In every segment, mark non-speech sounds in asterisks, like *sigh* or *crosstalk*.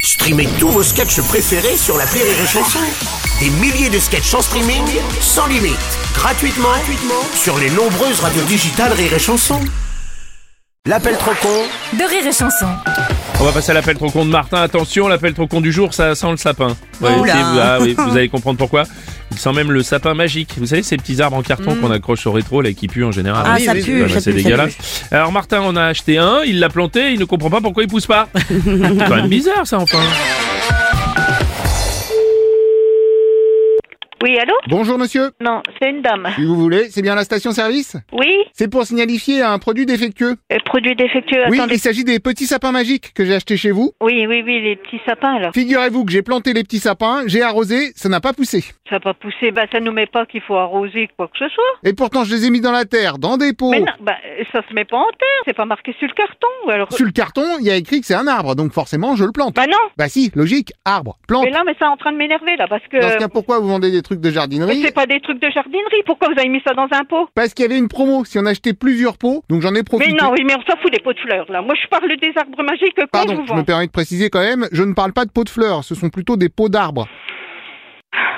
Streamez tous vos sketchs préférés sur la Rire et Chanson. Des milliers de sketchs en streaming, sans limite, gratuitement, gratuitement sur les nombreuses radios digitales Rire et Chanson. L'appel trop con de rire et chanson. On va passer à l'appel trop con de Martin. Attention, l'appel trop con du jour, ça sent le sapin. Ouais, Oula. si vous, ah *laughs* oui, vous allez comprendre pourquoi. Il sent même le sapin magique. Vous savez, ces petits arbres en carton qu'on accroche au rétro, là, qui puent en général. Mm. Ah, ça pue, Ouais, ça bah, c'est pue, ça dégueulasse. Alors, Martin en a acheté un, il l'a planté, il ne comprend pas pourquoi il pousse *laughs* pas. c'est quand même bizarre, ça, enfin. Oui, allô Bonjour monsieur, Non, c'est une dame. si vous voulez, c'est bien la station-service Oui C'est pour signalifier un produit défectueux. euh, Produit défectueux, Oui, attendez. il s'agit des petits sapins magiques que j'ai achetés chez vous. Oui, oui, oui, les petits sapins, là. Figurez-vous que j'ai planté les petits sapins, j'ai arrosé, ça n'a pas poussé. Ça va pas pousser. Bah, ça nous met pas qu'il faut arroser quoi que ce soit. Et pourtant je les ai mis dans la terre, dans des pots. Mais non, bah, ça se met pas en terre. C'est pas marqué sur le carton. Alors... Sur le carton, il y a écrit que c'est un arbre, donc forcément je le plante. Bah non Bah si, logique, arbre, plante. Mais là, mais ça est en train de m'énerver, là, parce que... Oh. Dans ce cas, pourquoi vous vendez des trucs de Mais jardinerie c'est pas des trucs de jardinerie. Pourquoi vous avez mis ça dans un pot Parce qu'il y avait une promo, si on achetait plusieurs pots, donc j'en Mais ai profité. non, oui, mais on s'en fout des pots de fleurs, là. Moi, je parle des arbres magiques qu'on Pardon, vous je me vend. permets de préciser quand même, je ne parle pas de pots de fleurs, ce sont plutôt des pots d'arbres.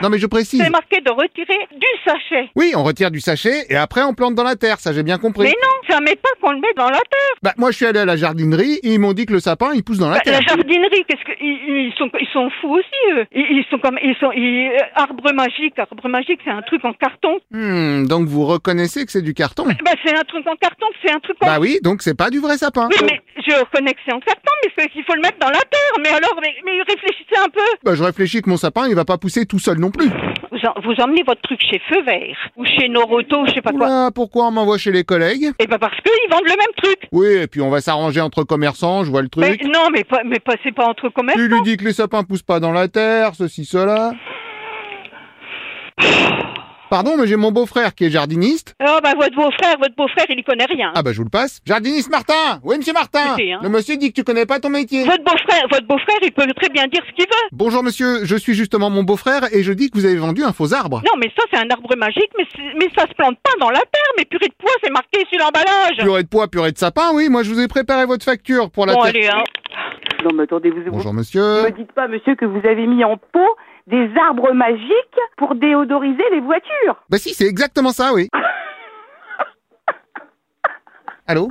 Non mais je précise. C'est marqué de retirer du sachet. Oui, on retire du sachet et après on plante dans la terre, ça j'ai bien compris. Mais non, ça met pas qu'on le met dans la terre. Bah moi je suis allé à la jardinerie et ils m'ont dit que le sapin il pousse dans la Bah, terre. la jardinerie, qu'est-ce que ils, ils sont ils sont fous aussi eux. Ils, ils sont comme ils sont ils, euh, arbre magique, arbre magique, c'est un truc en carton. Hmm, donc vous reconnaissez que c'est du carton Bah c'est un truc en carton, c'est un truc en Bah oui, donc c'est pas du vrai sapin. Oui, mais je reconnais que c'est en carton, mais c'est qu'il faut le mettre dans la terre. Mais alors, mais, mais réfléchissez un peu. Bah je réfléchis que mon sapin il va pas pousser tout seul non plus. Vous, en- vous emmenez votre truc chez Feu Vert ou chez Noroto, je sais pas quoi. Oula, pourquoi on m'envoie chez les collègues Et ben parce qu'ils vendent le même truc. Oui, et puis on va s'arranger entre commerçants, je vois le Mais, truc. non, mais pas, mais pas, c'est pas entre commerces. Tu lui dis que les sapins poussent pas dans la terre, ceci, cela. Pardon, mais j'ai mon beau-frère qui est jardiniste. Oh bah votre beau-frère, votre beau-frère, il y connaît rien. Ah bah je vous le passe. Jardiniste Martin Oui, monsieur Martin Écoutez, hein. Le monsieur dit que tu connais pas ton métier. Votre beau-frère, votre beau-frère, il peut très bien dire ce qu'il veut. Bonjour monsieur, je suis justement mon beau-frère et je dis que vous avez vendu un faux arbre. Non, mais ça, c'est un arbre magique, mais, c'est- mais ça se plante pas dans la terre. Mais purée de pois, c'est marqué sur l'emballage. Purée de pois, purée de sapin, oui, moi je vous ai préparé votre facture pour la Bon, terre. allez, hein. Non, mais attendez, vous Bonjour ne me monsieur. dites pas, monsieur, que vous avez mis en pot des arbres magiques pour déodoriser les voitures. Bah si, c'est exactement *laughs* ça, oui. Allô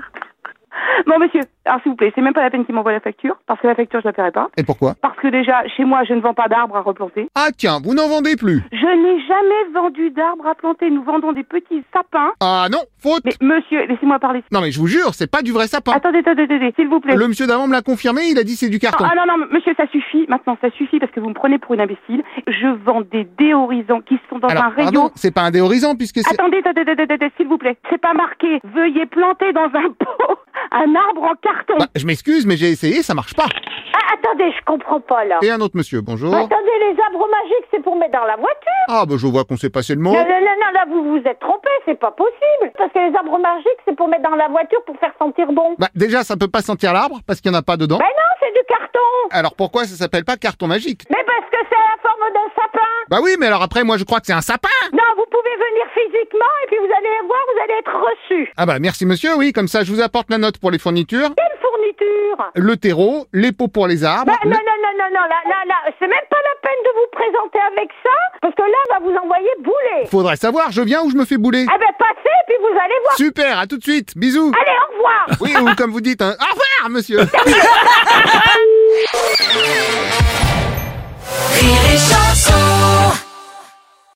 Non, monsieur, alors s'il vous plaît, c'est même pas la peine qu'il m'envoie la facture, parce que la facture, je la paierai pas. Et pourquoi Parce que déjà, chez moi, je ne vends pas d'arbres à replanter. Ah tiens, vous n'en vendez plus. Je n'ai jamais vendu d'arbres à planter. Nous vendons des petits sapins. Ah non, faute Mais monsieur, laissez-moi parler. Non mais je vous jure, c'est pas du vrai sapin. Attendez, attendez, attendez, s'il vous plaît. Le monsieur d'avant me l'a confirmé, il a dit c'est du carton. Ah non, non, monsieur, ça suffit. Maintenant, ça suffit parce que vous me prenez pour une imbécile. Je vends des déhorizons qui sont dans un Alors, rayon pardon, c'est pas un déhorizon puisque c'est... Attendez, attendez, attendez, attendez, s'il vous plaît. C'est pas marqué. Veuillez planter dans un *laughs* pot un arbre en carton. Bah, je m'excuse, mais j'ai essayé, ça marche pas. Ah, attendez, je comprends pas là. Et un autre monsieur, bonjour. Attendez, les arbres magiques, c'est pour mettre dans la voiture. Ah bah je vois qu'on s'est passé le mot. Non, non, non, non, là, vous vous êtes trompé, c'est pas possible. Parce que les arbres magiques, c'est pour mettre dans la voiture pour faire sentir bon. Bah déjà, ça peut pas sentir l'arbre parce qu'il y en a pas dedans. Ben non, c'est du carton. Alors pourquoi ça s'appelle pas carton magique Mais parce que c'est la forme d'un sapin. Bah oui, mais alors après, moi je crois que c'est un sapin Non, vous pouvez venir physiquement et puis vous allez voir, vous allez être reçu. Ah bah merci monsieur, oui, comme ça je vous apporte la note pour les fournitures, Quelle fourniture le terreau, les pots pour les arbres. ben, Bah, le- non, non, non, non, non, là, là, là, c'est même pas la peine de vous présenter avec ça, parce que là, on va vous envoyer bouler. Faudrait savoir, je viens ou je me fais bouler Ah. Eh ben, passez, puis vous allez voir. Super, à tout de suite, bisous Allez, au revoir Oui, ou comme vous dites, hein, au revoir monsieur